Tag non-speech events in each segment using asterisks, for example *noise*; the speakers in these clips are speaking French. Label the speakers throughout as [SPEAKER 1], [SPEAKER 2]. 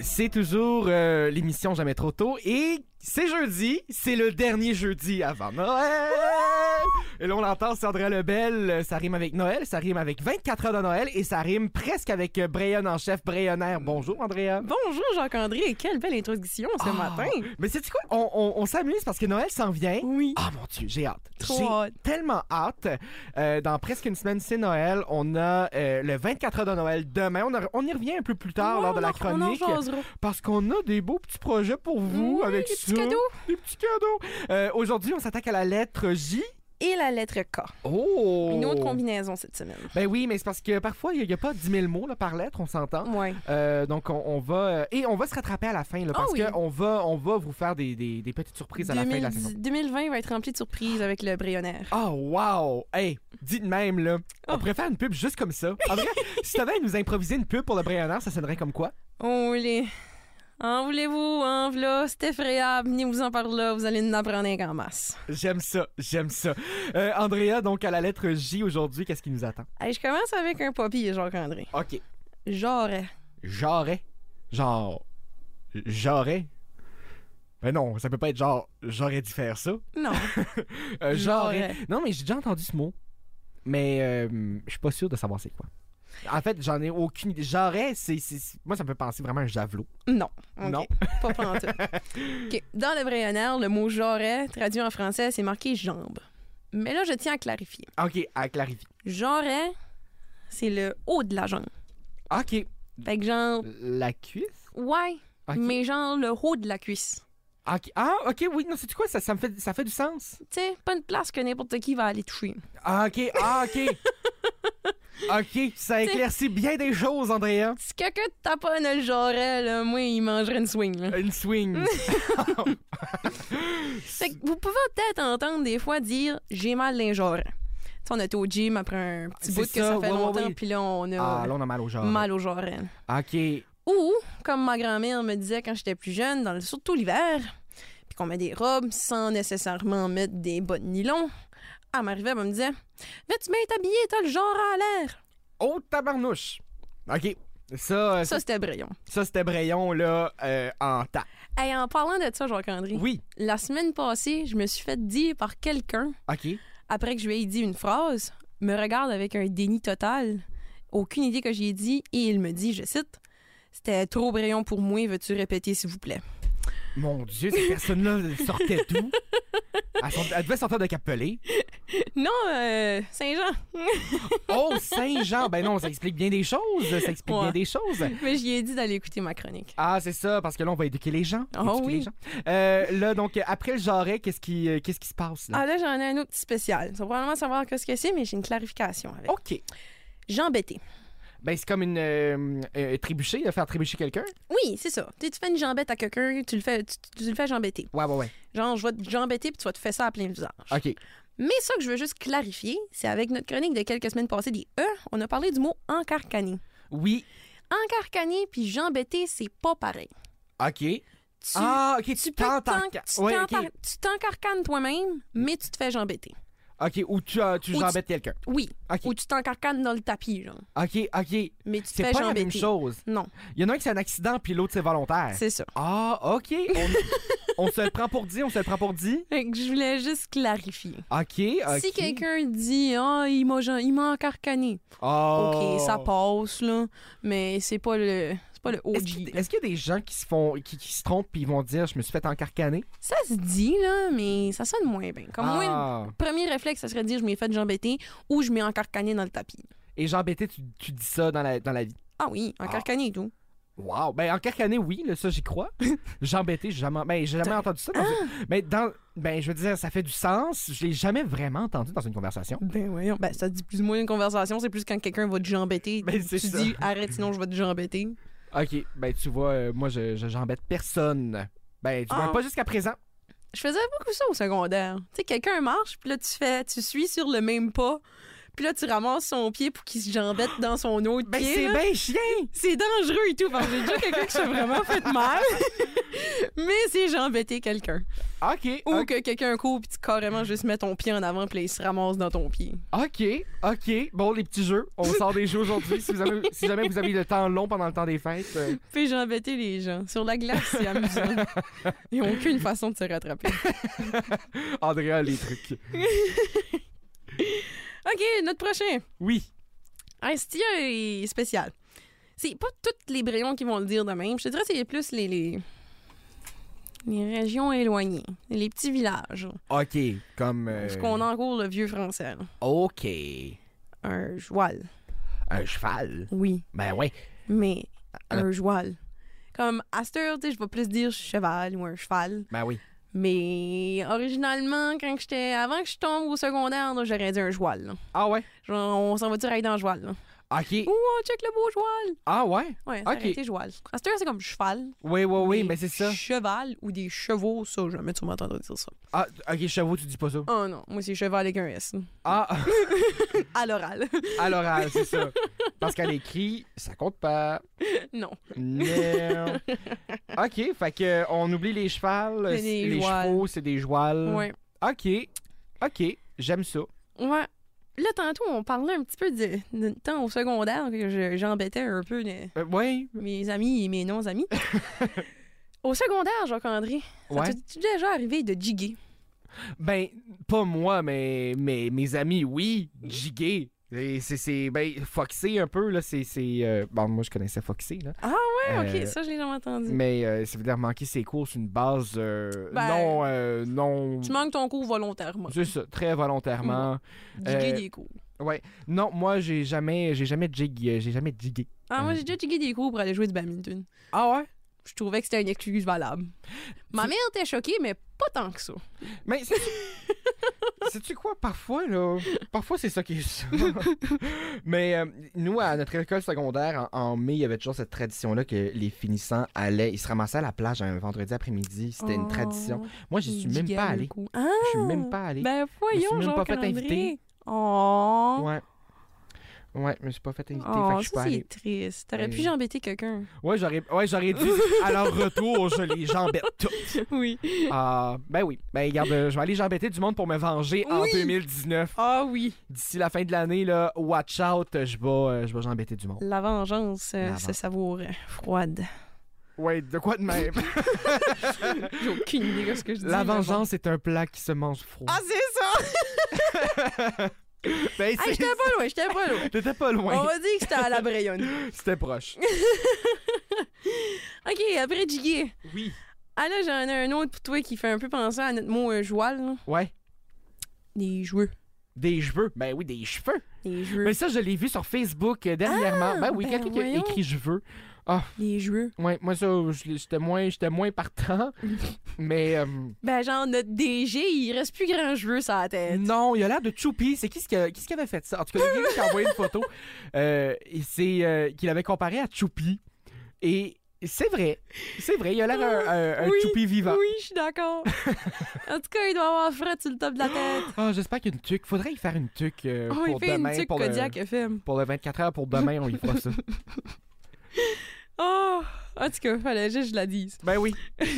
[SPEAKER 1] C'est toujours euh, l'émission Jamais trop tôt et c'est jeudi, c'est le dernier jeudi avant Noël. Et là on l'entend, c'est André Lebel, euh, ça rime avec Noël, ça rime avec 24 heures de Noël et ça rime presque avec euh, Brayon en chef, Brayonnaire. Bonjour Andrea.
[SPEAKER 2] Bonjour Jacques-André, quelle belle introduction ce matin.
[SPEAKER 1] Mais c'est quoi, on, on- on s'amuse parce que Noël s'en vient.
[SPEAKER 2] Oui.
[SPEAKER 1] Ah mon dieu, j'ai hâte.
[SPEAKER 2] Trop
[SPEAKER 1] J'ai
[SPEAKER 2] hâte.
[SPEAKER 1] tellement hâte. Euh, dans presque une semaine, c'est Noël. On a euh, le 24 heures de Noël demain. On, a- on y revient un peu plus tard
[SPEAKER 2] Ouais,
[SPEAKER 1] lors de
[SPEAKER 2] on
[SPEAKER 1] la
[SPEAKER 2] en- on en
[SPEAKER 1] chronique.
[SPEAKER 2] jasera.
[SPEAKER 1] parce qu'on a des beaux petits projets pour vous
[SPEAKER 2] Oui,
[SPEAKER 1] avec
[SPEAKER 2] Mmh, des
[SPEAKER 1] ça.
[SPEAKER 2] petits cadeaux.
[SPEAKER 1] Des petits cadeaux. Euh, Aujourd'hui, on s'attaque à la lettre J.
[SPEAKER 2] Et la lettre K.
[SPEAKER 1] Oh!
[SPEAKER 2] Une autre combinaison cette semaine.
[SPEAKER 1] Ben oui, mais c'est parce que parfois, il n'y a, pas 10 000 mots là, par lettre, on s'entend.
[SPEAKER 2] Ouais.
[SPEAKER 1] Euh, donc on, on va euh, et on va se rattraper à la fin là,
[SPEAKER 2] Ah
[SPEAKER 1] parce
[SPEAKER 2] oui.
[SPEAKER 1] que on va on va vous faire des, des- des petites surprises à la fin de la
[SPEAKER 2] 2010
[SPEAKER 1] saison.
[SPEAKER 2] 2020 va être rempli de surprises avec le brayonnaire.
[SPEAKER 1] Oh wow! Hey, dites même là, on
[SPEAKER 2] Oh.
[SPEAKER 1] préfère une pub juste comme ça. En vrai, *laughs* si t'avais à nous improviser une pub pour le Brayonnard, ça sonnerait comme quoi?
[SPEAKER 2] On les. En voulez-vous, en v'là, c'est effrayable, venez vous en par là, vous allez en apprendre un en masse.
[SPEAKER 1] J'aime ça, j'aime ça. Euh, Andrea, donc à la lettre J aujourd'hui, qu'est-ce qui nous attend?
[SPEAKER 2] Allez, je commence avec un papier, Jacques-André.
[SPEAKER 1] OK.
[SPEAKER 2] Genre,
[SPEAKER 1] J'aurais. Genre. J'aurais. Mais non, ça peut pas être genre j'aurais dû faire ça.
[SPEAKER 2] non.
[SPEAKER 1] Euh, j'aurais.
[SPEAKER 2] J'aurais.
[SPEAKER 1] Non, mais j'ai déjà entendu ce mot. Mais euh, je suis pas sûr de savoir c'est quoi. En fait, j'en ai aucune idée. J'aurais, c'est, c'est- Moi, ça me fait penser vraiment à un javelot.
[SPEAKER 2] *laughs* Non. Ok.
[SPEAKER 1] Non.
[SPEAKER 2] Pas *laughs* pantoute. OK. Dans le brayonnaire, le mot j'aurais, traduit en français, c'est marqué jambe. Mais là, je tiens à clarifier.
[SPEAKER 1] OK, à clarifier.
[SPEAKER 2] J'aurais, hein, c'est le haut de la jambe.
[SPEAKER 1] OK.
[SPEAKER 2] Fait que genre,
[SPEAKER 1] La cuisse?
[SPEAKER 2] ouais,
[SPEAKER 1] Ok.
[SPEAKER 2] mais genre le haut de la cuisse.
[SPEAKER 1] Ok. Ah, ok, oui, non, c'est quoi? Ça, ça me fait, ça fait du sens.
[SPEAKER 2] Tu sais, pas une place que n'importe qui va aller toucher.
[SPEAKER 1] Ah, ok, ah, ok. *laughs* ok, ça éclaircit bien des choses, Andrea.
[SPEAKER 2] Si quelqu'un te tape un le jarret, là, moi, il mangerait une swing. là.
[SPEAKER 1] Une *laughs* swing.
[SPEAKER 2] Fait que vous pouvez peut-être entendre des fois dire j'ai mal d'un jarret. Tu sais, on était au gym après un petit
[SPEAKER 1] C'est
[SPEAKER 2] bout que ça
[SPEAKER 1] ça,
[SPEAKER 2] fait
[SPEAKER 1] ouais, ouais,
[SPEAKER 2] longtemps,
[SPEAKER 1] ouais.
[SPEAKER 2] puis là, on a
[SPEAKER 1] ah, là, on a mal au genre.
[SPEAKER 2] mal au hein. jarret.
[SPEAKER 1] Ok.
[SPEAKER 2] Ou, comme ma grand-mère me disait quand j'étais plus jeune, dans le- surtout l'hiver, puis qu'on met des robes sans nécessairement mettre des bottes nylon, elle m'arrivait, elle me disait Vas-tu bien t'habiller, t'as le genre à l'air.
[SPEAKER 1] Oh, tabarnouche. Ok. Ça, euh,
[SPEAKER 2] Ça, c'était brillant.
[SPEAKER 1] Ça, c'était Brayon, là, euh, en temps.
[SPEAKER 2] Hey, en parlant de ça, Jacques-André,
[SPEAKER 1] Oui.
[SPEAKER 2] la semaine passée, je me suis fait dire par quelqu'un,
[SPEAKER 1] OK.
[SPEAKER 2] après que je lui ai dit une phrase, me regarde avec un déni total, aucune idée que j'ai dit, et il me dit, je cite, c'était trop brillant pour moi, veux-tu répéter s'il vous plaît?
[SPEAKER 1] Mon Dieu, cette
[SPEAKER 2] *laughs*
[SPEAKER 1] personne-là sortait d'où? Elle, sort- elle devait sortir de Cap-Pelé. *laughs*
[SPEAKER 2] Non, euh, Saint-Jean!
[SPEAKER 1] Oh, Saint-Jean! Ben non, ça explique bien des choses. Ça explique
[SPEAKER 2] Ouais.
[SPEAKER 1] bien des choses.
[SPEAKER 2] Mais j'y ai dit d'aller écouter ma chronique.
[SPEAKER 1] Ah, c'est ça, parce que là, on va éduquer les gens.
[SPEAKER 2] Oh
[SPEAKER 1] Éduquer
[SPEAKER 2] oui.
[SPEAKER 1] les gens. Euh, là, donc, euh, après le jarret, qu'est-ce qui, euh, qu'est-ce qui se passe, là?
[SPEAKER 2] Ah là, j'en ai un autre petit spécial. Tu vas probablement savoir ce que c'est, mais j'ai une clarification avec.
[SPEAKER 1] OK.
[SPEAKER 2] Jambetté.
[SPEAKER 1] Ben, c'est comme une euh, euh, trébucher, faire trébucher quelqu'un.
[SPEAKER 2] Oui, c'est ça. Tu sais, tu fais une jambette à quelqu'un, tu le fais, tu, tu le fais jambetter.
[SPEAKER 1] Ouais, ouais, ouais.
[SPEAKER 2] Genre, je vais te jambetter puis tu vas te faire ça à plein visage.
[SPEAKER 1] OK.
[SPEAKER 2] Mais ça que je veux juste clarifier, c'est avec notre chronique de quelques semaines passées des E, on a parlé du mot encarcané.
[SPEAKER 1] Oui.
[SPEAKER 2] Encarcané puis jambetter, c'est pas pareil.
[SPEAKER 1] OK.
[SPEAKER 2] Tu,
[SPEAKER 1] ah, OK,
[SPEAKER 2] tu
[SPEAKER 1] tu
[SPEAKER 2] peux t'en-
[SPEAKER 1] t'entends.
[SPEAKER 2] tu
[SPEAKER 1] Ouais,
[SPEAKER 2] t'encar-
[SPEAKER 1] OK.
[SPEAKER 2] tu t'encarcanes toi-même, mais tu te fais jambetter.
[SPEAKER 1] OK, ou tu, euh, tu
[SPEAKER 2] Ou tu-
[SPEAKER 1] jambettes quelqu'un.
[SPEAKER 2] Oui.
[SPEAKER 1] OK.
[SPEAKER 2] Ou tu t'encarcanes dans le tapis, genre.
[SPEAKER 1] OK, OK.
[SPEAKER 2] Mais tu te
[SPEAKER 1] C'est
[SPEAKER 2] fais
[SPEAKER 1] pas la
[SPEAKER 2] jambetter.
[SPEAKER 1] même chose.
[SPEAKER 2] Non,
[SPEAKER 1] Il y en a un qui c'est un accident, puis l'autre c'est volontaire.
[SPEAKER 2] c'est ça.
[SPEAKER 1] Ah, ok.
[SPEAKER 2] *laughs*
[SPEAKER 1] On, on se le prend pour dit, on se le prend pour dit.
[SPEAKER 2] Fait que je voulais juste clarifier.
[SPEAKER 1] Ok, ok.
[SPEAKER 2] Si quelqu'un dit Ah, il m'a gen- il m'a encarcané.
[SPEAKER 1] Oh.
[SPEAKER 2] OK, ça passe là, mais c'est pas le c'est pas le
[SPEAKER 1] Est-ce
[SPEAKER 2] OG.
[SPEAKER 1] qu'il est-ce qu'il y a des gens qui se font, qui, qui se trompent puis ils vont dire je me suis fait encarcaner?
[SPEAKER 2] Ça se dit là, mais ça sonne moins bien. Comme moi,
[SPEAKER 1] ah.
[SPEAKER 2] le premier réflexe, ça serait de dire je m'ai fait jambetter ou je m'ai encarcané dans le tapis.
[SPEAKER 1] Et Jean Bété, tu, tu dis ça dans la, dans la vie.
[SPEAKER 2] Ah oui, encarcané et tout.
[SPEAKER 1] Wow. Ben encarcané, oui, là, ça j'y
[SPEAKER 2] *laughs*
[SPEAKER 1] crois. Jean Bété, j'ai jamais, ben, j'ai jamais entendu ça. dans
[SPEAKER 2] Ah!
[SPEAKER 1] une- Mais dans, ben je veux dire, ça fait du sens. Je l'ai jamais vraiment entendu dans une conversation.
[SPEAKER 2] Ben voyons, ben ça dit plus ou moins une conversation, c'est plus quand quelqu'un va te jambetter.
[SPEAKER 1] Ben,
[SPEAKER 2] tu
[SPEAKER 1] c'est ça.
[SPEAKER 2] dis arrête sinon je vais te jambetter.
[SPEAKER 1] Ok. Ben tu vois, euh, moi je, je j'embête personne. Ben tu vois
[SPEAKER 2] Ah.
[SPEAKER 1] pas jusqu'à présent.
[SPEAKER 2] Je faisais beaucoup ça au secondaire. Tu sais, quelqu'un marche, puis là, tu fais, tu suis sur le même pas, Puis là, tu ramasses son pied pour qu'il se jambette dans son autre
[SPEAKER 1] Ben,
[SPEAKER 2] pied.
[SPEAKER 1] c'est
[SPEAKER 2] là.
[SPEAKER 1] bien chien!
[SPEAKER 2] C'est dangereux et tout, parce que j'ai déjà quelqu'un qui s'est vraiment fait mal. *laughs* Mais c'est jambetter quelqu'un.
[SPEAKER 1] Ok,
[SPEAKER 2] Ou
[SPEAKER 1] ok,
[SPEAKER 2] que quelqu'un court puis tu carrément juste mets ton pied en avant puis là, il se ramasse dans ton pied.
[SPEAKER 1] ok, ok. Bon, les petits jeux. On sort des jeux aujourd'hui. Si, vous avez- si jamais vous avez le temps long pendant le temps des fêtes. euh,
[SPEAKER 2] Puis jambetter les gens. Sur la glace, c'est *laughs* amusant. Ils n'ont aucune façon de se rattraper.
[SPEAKER 1] Andrea, a les trucs.
[SPEAKER 2] OK, notre prochain.
[SPEAKER 1] Oui.
[SPEAKER 2] Aestia est spécial. C'est pas tous les brillons qui vont le dire de même. Je te dirais c'est plus les, les, les régions éloignées, les petits villages.
[SPEAKER 1] Ok, comme. euh,
[SPEAKER 2] Ce qu'on encourt le vieux français. là.
[SPEAKER 1] Ok.
[SPEAKER 2] Un joual,
[SPEAKER 1] Un cheval.
[SPEAKER 2] oui,
[SPEAKER 1] Ben ouais.
[SPEAKER 2] mais
[SPEAKER 1] Ah.
[SPEAKER 2] un joual. Comme Aster, tu sais, je vais plus dire cheval ou un cheval.
[SPEAKER 1] Ben oui.
[SPEAKER 2] Mais originalement, quand j'étais. Avant que je tombe au secondaire, là, j'aurais dit un joual. là.
[SPEAKER 1] Ah ouais.
[SPEAKER 2] Genre, on s'en va dire aller dans le joual. là.
[SPEAKER 1] Ok.
[SPEAKER 2] Ouh, on check le beau joual.
[SPEAKER 1] Ah ouais.
[SPEAKER 2] Ouais, ça
[SPEAKER 1] Ok.
[SPEAKER 2] aurait été joual. Aster, c'est comme cheval.
[SPEAKER 1] Oui, oui, oui,
[SPEAKER 2] Des
[SPEAKER 1] mais c'est ça.
[SPEAKER 2] Cheval ou des chevaux, ça, jamais tu m'entendras dire ça.
[SPEAKER 1] Ah, ok, chevaux, tu dis pas ça.
[SPEAKER 2] Oh non, moi c'est cheval avec un S.
[SPEAKER 1] Ah,
[SPEAKER 2] *laughs* À l'oral.
[SPEAKER 1] à l'oral, c'est ça. Parce qu'à l'écrit, ça compte pas.
[SPEAKER 2] *laughs* non.
[SPEAKER 1] Non. OK, fait que euh, on oublie les chevals,
[SPEAKER 2] C'est
[SPEAKER 1] c'est-
[SPEAKER 2] des
[SPEAKER 1] les
[SPEAKER 2] jouals.
[SPEAKER 1] chevaux, c'est des jouals.
[SPEAKER 2] Ouais.
[SPEAKER 1] OK. OK, j'aime ça.
[SPEAKER 2] Ouais. Là, tantôt, on parlait un petit peu de, de temps au secondaire, que je- j'embêtais un peu de-
[SPEAKER 1] Euh, ouais,
[SPEAKER 2] mes amis et mes *laughs* non-amis. au secondaire, Jacques-André, ça
[SPEAKER 1] ouais.
[SPEAKER 2] t'est déjà arrivé de jiguer?
[SPEAKER 1] Ben pas moi mais mais mes amis oui, jiguer. Et C'est c'est ben foxé un peu là, c'est c'est euh, bon moi je connaissais foxé là.
[SPEAKER 2] Ah ouais,
[SPEAKER 1] Euh,
[SPEAKER 2] ok, ça, je l'ai jamais entendu.
[SPEAKER 1] Mais euh, ça veut dire manquer ses cours sur une base euh,
[SPEAKER 2] Ben,
[SPEAKER 1] non euh, non
[SPEAKER 2] Tu manques Mm. ton cours volontairement.
[SPEAKER 1] c'est ça, très volontairement. Euh,
[SPEAKER 2] Jiguer des cours.
[SPEAKER 1] Non, moi j'ai jamais j'ai jamais jigué, j'ai jamais jigué.
[SPEAKER 2] Ah, moi,
[SPEAKER 1] euh,
[SPEAKER 2] j'ai déjà jigué des cours pour aller jouer du badminton.
[SPEAKER 1] Ah ouais.
[SPEAKER 2] je trouvais que c'était une excuse valable. Ma
[SPEAKER 1] Tu-
[SPEAKER 2] mère était choquée, mais pas tant que ça.
[SPEAKER 1] Mais
[SPEAKER 2] *laughs*
[SPEAKER 1] c'est- sais-tu quoi parfois là Parfois c'est ça qui est
[SPEAKER 2] *laughs*
[SPEAKER 1] ça. Mais euh, nous à notre école secondaire en, en mai, il y avait toujours cette tradition là que les finissants allaient, ils se ramassaient à la plage un vendredi après-midi, c'était une tradition. Moi, je suis même pas allé.
[SPEAKER 2] Ah,
[SPEAKER 1] Je suis même pas allé.
[SPEAKER 2] Oh, ben
[SPEAKER 1] Je me suis
[SPEAKER 2] voyons,
[SPEAKER 1] même
[SPEAKER 2] jean
[SPEAKER 1] pas fait inviter.
[SPEAKER 2] Oh,
[SPEAKER 1] Ouais. Ouais, je me suis pas fait inviter, fait que
[SPEAKER 2] oh
[SPEAKER 1] je suis
[SPEAKER 2] ça
[SPEAKER 1] pas Euh. allé.
[SPEAKER 2] c'est triste. T'aurais
[SPEAKER 1] Ouais.
[SPEAKER 2] pu embêter
[SPEAKER 1] *laughs*
[SPEAKER 2] quelqu'un.
[SPEAKER 1] Ouais, j'aurais ouais, j'aurais
[SPEAKER 2] *laughs*
[SPEAKER 1] dû à leur retour, je les jambette toutes.
[SPEAKER 2] oui.
[SPEAKER 1] Ah, ben oui. Ben regarde, euh, je vais aller jambetter du monde pour me venger en
[SPEAKER 2] Oui.
[SPEAKER 1] 2019.
[SPEAKER 2] Ah oui,
[SPEAKER 1] D'ici la fin de l'année là, watch out, euh, je vais euh, je vais jambetter du monde.
[SPEAKER 2] la vengeance, euh,
[SPEAKER 1] La
[SPEAKER 2] se
[SPEAKER 1] vengeance.
[SPEAKER 2] savoure euh,
[SPEAKER 1] *laughs*
[SPEAKER 2] froide.
[SPEAKER 1] Ouais, de quoi de même?
[SPEAKER 2] J'ai aucune idée de ce que je dis.
[SPEAKER 1] *laughs* La
[SPEAKER 2] mais bon.
[SPEAKER 1] vengeance est un plat qui se mange froid.
[SPEAKER 2] Ah, c'est
[SPEAKER 1] *laughs*
[SPEAKER 2] ça!
[SPEAKER 1] Ben,
[SPEAKER 2] Ah,
[SPEAKER 1] c'est-
[SPEAKER 2] j'étais pas Oh, loin, j'étais pas loin.
[SPEAKER 1] T'étais pas
[SPEAKER 2] On
[SPEAKER 1] loin.
[SPEAKER 2] va dire que c'était à la Brayonne. *laughs*
[SPEAKER 1] C'était proche.
[SPEAKER 2] OK, après Jiguier.
[SPEAKER 1] Oui.
[SPEAKER 2] Ah là, j'en ai un autre pour toi qui fait un peu penser à notre mot euh, joual, là.
[SPEAKER 1] Ouais.
[SPEAKER 2] Des joueux.
[SPEAKER 1] Des cheveux. Ben oui, des cheveux.
[SPEAKER 2] Des jeux.
[SPEAKER 1] Mais ça, je l'ai vu sur Facebook euh, dernièrement.
[SPEAKER 2] Ah,
[SPEAKER 1] ben oui,
[SPEAKER 2] ben
[SPEAKER 1] quelqu'un qui a
[SPEAKER 2] voyons.
[SPEAKER 1] écrit cheveux.
[SPEAKER 2] Les jeux.
[SPEAKER 1] Ouais, moi, ça, je l'ai- j'étais moins, j'étais moins
[SPEAKER 2] *laughs*
[SPEAKER 1] partant. Mais euh,
[SPEAKER 2] Ben, genre, notre DG, il reste plus grand jeu sur la tête.
[SPEAKER 1] non, il a l'air de choupi. C'est qui ce qui, a- qui ce qui avait fait ça? En tout cas, il y a qui a
[SPEAKER 2] *laughs*
[SPEAKER 1] envoyé une photo. Euh, et c'est euh, qu'il avait comparé à choupi. Et c'est vrai. C'est vrai, il a l'air un, un, un
[SPEAKER 2] Oui,
[SPEAKER 1] Choupi vivant.
[SPEAKER 2] Oui, je
[SPEAKER 1] *laughs*
[SPEAKER 2] suis d'accord. en tout cas, il doit avoir fret sur le top de la tête.
[SPEAKER 1] Ah, j'espère qu'il y a une tuque. Faudrait y faire une tuque euh,
[SPEAKER 2] Oh, il
[SPEAKER 1] pour
[SPEAKER 2] fait une
[SPEAKER 1] demain.
[SPEAKER 2] tuque
[SPEAKER 1] pour,
[SPEAKER 2] Kodiak
[SPEAKER 1] le,
[SPEAKER 2] FM.
[SPEAKER 1] pour le 24 heures, pour demain, on y fera
[SPEAKER 2] *laughs*
[SPEAKER 1] ça.
[SPEAKER 2] Oh, en tout cas, fallait juste que je la dise.
[SPEAKER 1] ben oui.
[SPEAKER 2] OK,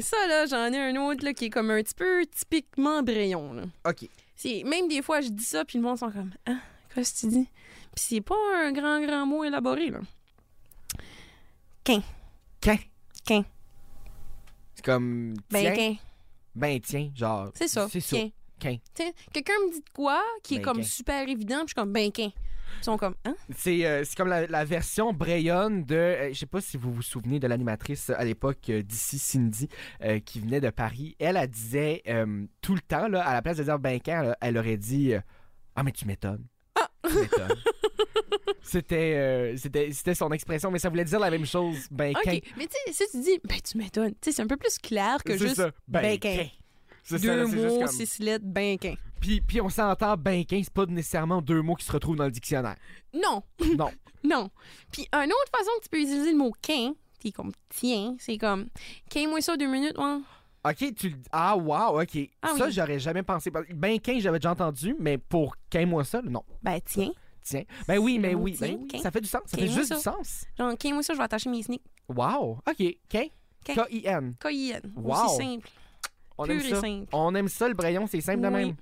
[SPEAKER 2] ça, là, j'en ai un autre là, qui est comme un petit peu typiquement Brayon. Là.
[SPEAKER 1] OK.
[SPEAKER 2] C'est- Même des fois, je dis ça, puis le monde sont comme « Hein? Qu'est-ce que tu dis? » Puis c'est pas un grand, grand mot élaboré, là.
[SPEAKER 1] Quin.
[SPEAKER 2] Quin.
[SPEAKER 1] C'est comme.
[SPEAKER 2] Ben,
[SPEAKER 1] tiens.
[SPEAKER 2] qu'un.
[SPEAKER 1] Ben, tiens, genre.
[SPEAKER 2] C'est ça.
[SPEAKER 1] C'est ça.
[SPEAKER 2] qu'un.
[SPEAKER 1] Qu'un.
[SPEAKER 2] T'sais, Quelqu'un me dit de quoi qui est
[SPEAKER 1] Ben,
[SPEAKER 2] comme
[SPEAKER 1] qu'un.
[SPEAKER 2] super évident, puis je suis comme ben qu'un. Ils sont comme hein?
[SPEAKER 1] C'est euh, c'est comme la, la version Brayonne de. euh, je sais pas si vous vous souvenez de l'animatrice euh, à l'époque euh, d'ici, Cindy, euh, qui venait de Paris. Elle, elle disait euh, tout le temps, là, à la place de dire ben quand, là, elle aurait dit euh, Ah, mais tu m'étonnes.
[SPEAKER 2] Ah!
[SPEAKER 1] Tu m'étonnes. C'était euh, c'était- c'était son expression, mais ça voulait dire la même chose. Ben
[SPEAKER 2] OK.
[SPEAKER 1] quand.
[SPEAKER 2] Mais tu sais, si tu dis ben tu m'étonnes, tu sais, c'est un peu plus clair que
[SPEAKER 1] C'est
[SPEAKER 2] juste
[SPEAKER 1] ça.
[SPEAKER 2] ben
[SPEAKER 1] qu'un.
[SPEAKER 2] qu'un.
[SPEAKER 1] C'est ça, là,
[SPEAKER 2] deux
[SPEAKER 1] c'est juste
[SPEAKER 2] mots,
[SPEAKER 1] comme-
[SPEAKER 2] six lettres, ben qu'un.
[SPEAKER 1] Puis, puis on s'entend, ben qu'un, c'est pas nécessairement deux mots qui se retrouvent dans le
[SPEAKER 2] *laughs*
[SPEAKER 1] dictionnaire.
[SPEAKER 2] Non,
[SPEAKER 1] Non.
[SPEAKER 2] non. Puis une autre façon que tu peux utiliser le mot qu'un, qui est comme tiens, c'est comme qu'un moins ça deux minutes, ouais.
[SPEAKER 1] OK, tu le- Ah, wow, OK.
[SPEAKER 2] Ah
[SPEAKER 1] ça,
[SPEAKER 2] oui.
[SPEAKER 1] j'aurais jamais pensé. Ben, 15, j'avais déjà entendu, mais pour 15 mois ça, non.
[SPEAKER 2] Ben, tiens.
[SPEAKER 1] Tiens. Ben oui, mais
[SPEAKER 2] le mot
[SPEAKER 1] oui, ben
[SPEAKER 2] tiens,
[SPEAKER 1] oui.
[SPEAKER 2] quin.
[SPEAKER 1] Ça fait du sens. Ça
[SPEAKER 2] Quin,
[SPEAKER 1] fait
[SPEAKER 2] moi,
[SPEAKER 1] juste
[SPEAKER 2] ça.
[SPEAKER 1] du sens.
[SPEAKER 2] Genre, OK, moi, ça, je vais attacher mes sneaks.
[SPEAKER 1] Wow. OK. Quin.
[SPEAKER 2] Quin.
[SPEAKER 1] K-I-N.
[SPEAKER 2] K-I-N.
[SPEAKER 1] Wow.
[SPEAKER 2] Aussi simple.
[SPEAKER 1] On
[SPEAKER 2] pur
[SPEAKER 1] aime
[SPEAKER 2] et
[SPEAKER 1] ça.
[SPEAKER 2] simple.
[SPEAKER 1] On aime ça, le braillon, c'est simple de
[SPEAKER 2] Oui.
[SPEAKER 1] même.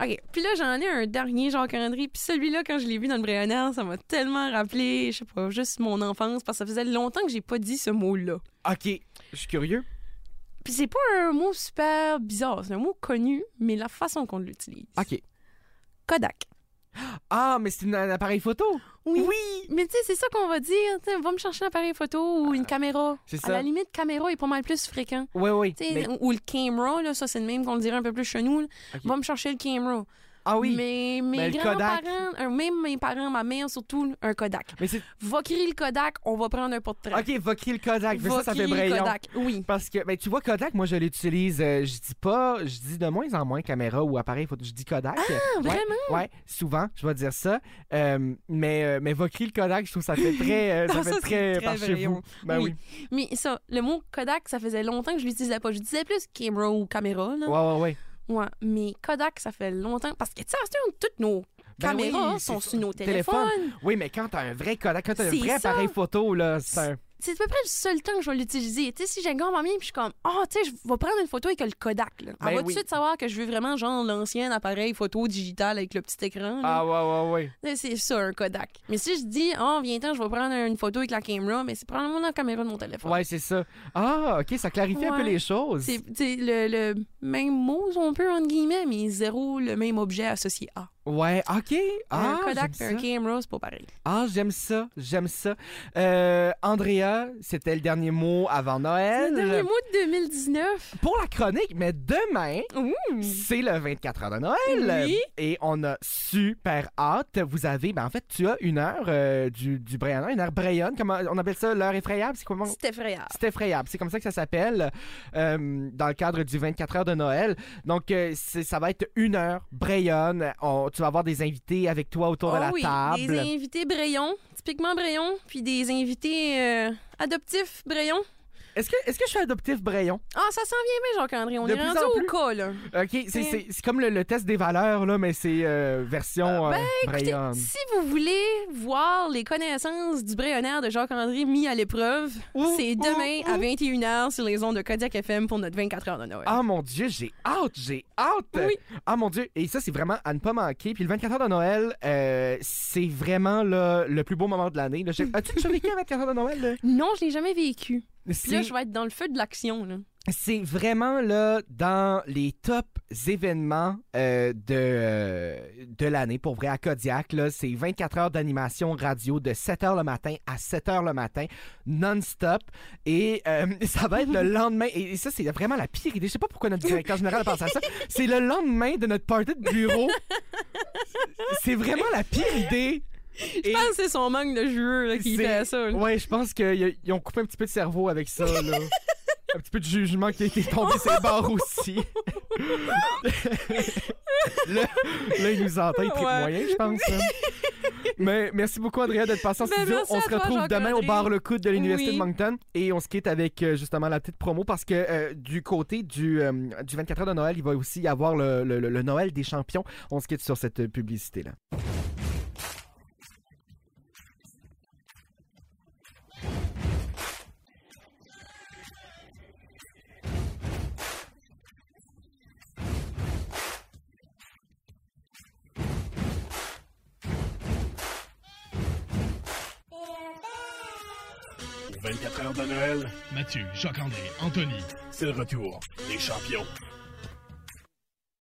[SPEAKER 2] OK. Puis là, j'en ai un dernier, genre calendrier. Puis celui-là, quand je l'ai vu dans le Bréonard, ça m'a tellement rappelé, je sais pas, juste mon enfance, parce que ça faisait longtemps que j'ai pas dit ce mot-là.
[SPEAKER 1] OK. Je suis curieux.
[SPEAKER 2] Puis c'est pas un mot super bizarre, c'est un mot connu, mais la façon qu'on l'utilise.
[SPEAKER 1] OK.
[SPEAKER 2] Kodak.
[SPEAKER 1] Ah, mais c'est une- un appareil photo.
[SPEAKER 2] Oui.
[SPEAKER 1] Oui.
[SPEAKER 2] Mais tu sais, c'est ça qu'on va dire. tu sais, va me chercher un appareil photo ou une caméra.
[SPEAKER 1] Ah, C'est
[SPEAKER 2] À la
[SPEAKER 1] ça.
[SPEAKER 2] limite, caméra est pas mal plus fréquent.
[SPEAKER 1] Oui, oui.
[SPEAKER 2] Tu sais,
[SPEAKER 1] Mais-
[SPEAKER 2] Ou le camera, là, ça c'est le même qu'on le dirait un peu plus chez nous. là.
[SPEAKER 1] Ok.
[SPEAKER 2] Va me chercher le camera.
[SPEAKER 1] Ah oui. Mais,
[SPEAKER 2] Mais
[SPEAKER 1] Mais
[SPEAKER 2] mes
[SPEAKER 1] le Kodak.
[SPEAKER 2] grands-parents, euh, même mes parents, ma mère surtout, un Kodak.
[SPEAKER 1] c'est.
[SPEAKER 2] Va crier le Kodak, on va prendre un portrait.
[SPEAKER 1] OK, va crier le Ah, Kodak. mais
[SPEAKER 2] Va
[SPEAKER 1] ça, ça fait
[SPEAKER 2] crier le
[SPEAKER 1] braillon.
[SPEAKER 2] Kodak, oui.
[SPEAKER 1] Parce que, ben, tu vois, Kodak, moi, je l'utilise. euh, je dis pas, je dis de moins en moins caméra ou appareil photo. Je dis Kodak. Ah,
[SPEAKER 2] vraiment?
[SPEAKER 1] Ouais, souvent, je vais dire ça. Euh, mais, euh, mais va crier le Kodak, je trouve que ça fait très. euh, ça
[SPEAKER 2] Non,
[SPEAKER 1] fait
[SPEAKER 2] *laughs* ça, c'est
[SPEAKER 1] très,
[SPEAKER 2] très
[SPEAKER 1] par chez vous.
[SPEAKER 2] rayon.
[SPEAKER 1] Ben oui.
[SPEAKER 2] Oui. Mais ça, le mot Kodak, ça faisait longtemps que je l'utilisais pas. Je disais plus camera ou caméra, là.
[SPEAKER 1] Ouais, ouais, ouais.
[SPEAKER 2] Ouais, mais Kodak, ça fait longtemps. Parce que, tu sais, à cette heure, toutes nos
[SPEAKER 1] Ben oui,
[SPEAKER 2] caméras
[SPEAKER 1] c'est
[SPEAKER 2] sont
[SPEAKER 1] ça,
[SPEAKER 2] sur nos
[SPEAKER 1] téléphone.
[SPEAKER 2] téléphones.
[SPEAKER 1] Oui, mais quand t'as un vrai Kodak, quand t'as un
[SPEAKER 2] C'est
[SPEAKER 1] vrai
[SPEAKER 2] ça.
[SPEAKER 1] appareil photo, là, c'est un.
[SPEAKER 2] C'est à peu près le seul temps que je vais l'utiliser. Tu sais, si j'ai un grand mamie, puis je suis comme, ah, tu sais, je vais prendre une photo avec le Kodak. Là.
[SPEAKER 1] Ben
[SPEAKER 2] Elle va tout
[SPEAKER 1] oui.
[SPEAKER 2] de suite savoir que je veux vraiment, genre, l'ancien appareil photo digital avec le petit écran. là.
[SPEAKER 1] Ah, ouais, ouais, ouais.
[SPEAKER 2] Tu sais, C'est ça, un Kodak. Mais si je dis, ah, viens-t'en, je vais prendre une photo avec la caméra, mais c'est probablement la caméra de mon téléphone.
[SPEAKER 1] Ouais, c'est ça. Ah, OK, ça clarifie un peu
[SPEAKER 2] Ouais.
[SPEAKER 1] les choses.
[SPEAKER 2] C'est c'est le, le même mot, si on peut, entre guillemets, mais zéro, le même objet associé à.
[SPEAKER 1] Ouais, OK. Ah,
[SPEAKER 2] un Kodak et un
[SPEAKER 1] j'aime ça.
[SPEAKER 2] camera, c'est pas pareil.
[SPEAKER 1] Ah, j'aime ça, j'aime ça. Euh, Andrea, c'était le dernier mot avant Noël.
[SPEAKER 2] Le dernier mot de 2019.
[SPEAKER 1] Pour la chronique, mais demain, c'est le 24 heures de Noël.
[SPEAKER 2] Oui.
[SPEAKER 1] Et on a super hâte. Vous avez, ben en fait, tu as une heure euh, du, du Brayonnant, une heure Brayonne. Comment on appelle ça l'heure effrayable? C'est comment?
[SPEAKER 2] C'était effrayant.
[SPEAKER 1] C'est effrayable, c'est comme ça que ça s'appelle euh, dans le cadre du 24 heures de Noël. Donc, euh, c'est- ça va être une heure, Brayonne. On- tu vas avoir des invités avec toi autour de
[SPEAKER 2] Ah
[SPEAKER 1] la
[SPEAKER 2] oui,
[SPEAKER 1] table.
[SPEAKER 2] Des invités Brayon, typiquement Brayon, puis des invités euh, adoptifs Brayon.
[SPEAKER 1] Est-ce que, est que je suis adoptif Brayon?
[SPEAKER 2] Ah, ça s'en vient bien, Jacques-André. On
[SPEAKER 1] De
[SPEAKER 2] est
[SPEAKER 1] plus
[SPEAKER 2] rendu
[SPEAKER 1] en
[SPEAKER 2] au
[SPEAKER 1] plus.
[SPEAKER 2] cas, là.
[SPEAKER 1] OK, c'est- c'est c'est comme le, le test des valeurs, là, mais c'est euh, version euh,
[SPEAKER 2] ben, Écoutez,
[SPEAKER 1] Brayonne.
[SPEAKER 2] si vous voulez voir les connaissances du Brayonnaire de Jacques-André mis à l'épreuve,
[SPEAKER 1] Ouh,
[SPEAKER 2] c'est
[SPEAKER 1] ouh,
[SPEAKER 2] demain à
[SPEAKER 1] ouh.
[SPEAKER 2] 21h sur les ondes de Kodiak FM pour notre 24 heures de Noël.
[SPEAKER 1] Ah mon Dieu, j'ai hâte, j'ai hâte!
[SPEAKER 2] Oui.
[SPEAKER 1] Ah mon Dieu, et ça, c'est vraiment à ne pas manquer. Puis le 24 heures de Noël, euh, c'est vraiment là, le plus beau moment de l'année. là.
[SPEAKER 2] *laughs*
[SPEAKER 1] J'ai- As-tu déjà vécu un 24 heures de Noël? là?
[SPEAKER 2] Non, je l'ai jamais vécu. Puis là,
[SPEAKER 1] C'est-
[SPEAKER 2] je vais être dans le feu de l'action, là.
[SPEAKER 1] C'est vraiment là dans les tops événements euh, de, euh, de l'année pour vrai à Kodiak. là. C'est 24 heures d'animation radio de 7 heures le matin à 7 heures le matin, non-stop. Et euh, *laughs* ça va être le lendemain. Et, et ça, c'est vraiment la pire idée. Je sais pas pourquoi notre directeur général a pensé à ça. C'est le lendemain de notre party de bureau. C'est vraiment la pire idée.
[SPEAKER 2] Je pense que c'est son manque de jeu là, qui
[SPEAKER 1] C'est-
[SPEAKER 2] fait ça. là.
[SPEAKER 1] Ouais, je pense qu'ils ont coupé un petit peu de cerveau avec ça,
[SPEAKER 2] *laughs*
[SPEAKER 1] là. un petit peu de jugement qui a été tombé sur les barres
[SPEAKER 2] *laughs*
[SPEAKER 1] aussi. là, là, il nous entend, il tripe
[SPEAKER 2] Ouais.
[SPEAKER 1] moyen, je pense. hein. Mais merci beaucoup, Andrea, d'être passé en
[SPEAKER 2] Ben,
[SPEAKER 1] studio.
[SPEAKER 2] merci
[SPEAKER 1] On
[SPEAKER 2] à
[SPEAKER 1] se
[SPEAKER 2] toi,
[SPEAKER 1] retrouve demain au
[SPEAKER 2] Jacques-André.
[SPEAKER 1] bar Le Coude de l'Université
[SPEAKER 2] Oui.
[SPEAKER 1] de Moncton et on se quitte avec euh, justement la petite promo parce que euh, du côté du, euh, du 24 heures de Noël, il va aussi y avoir le, le- le- le Noël des champions. On se quitte sur cette euh, publicité-là.
[SPEAKER 3] Aux 24 heures de Noël,
[SPEAKER 4] Mathieu, Jacques-André, Anthony.
[SPEAKER 3] c'est le retour des champions.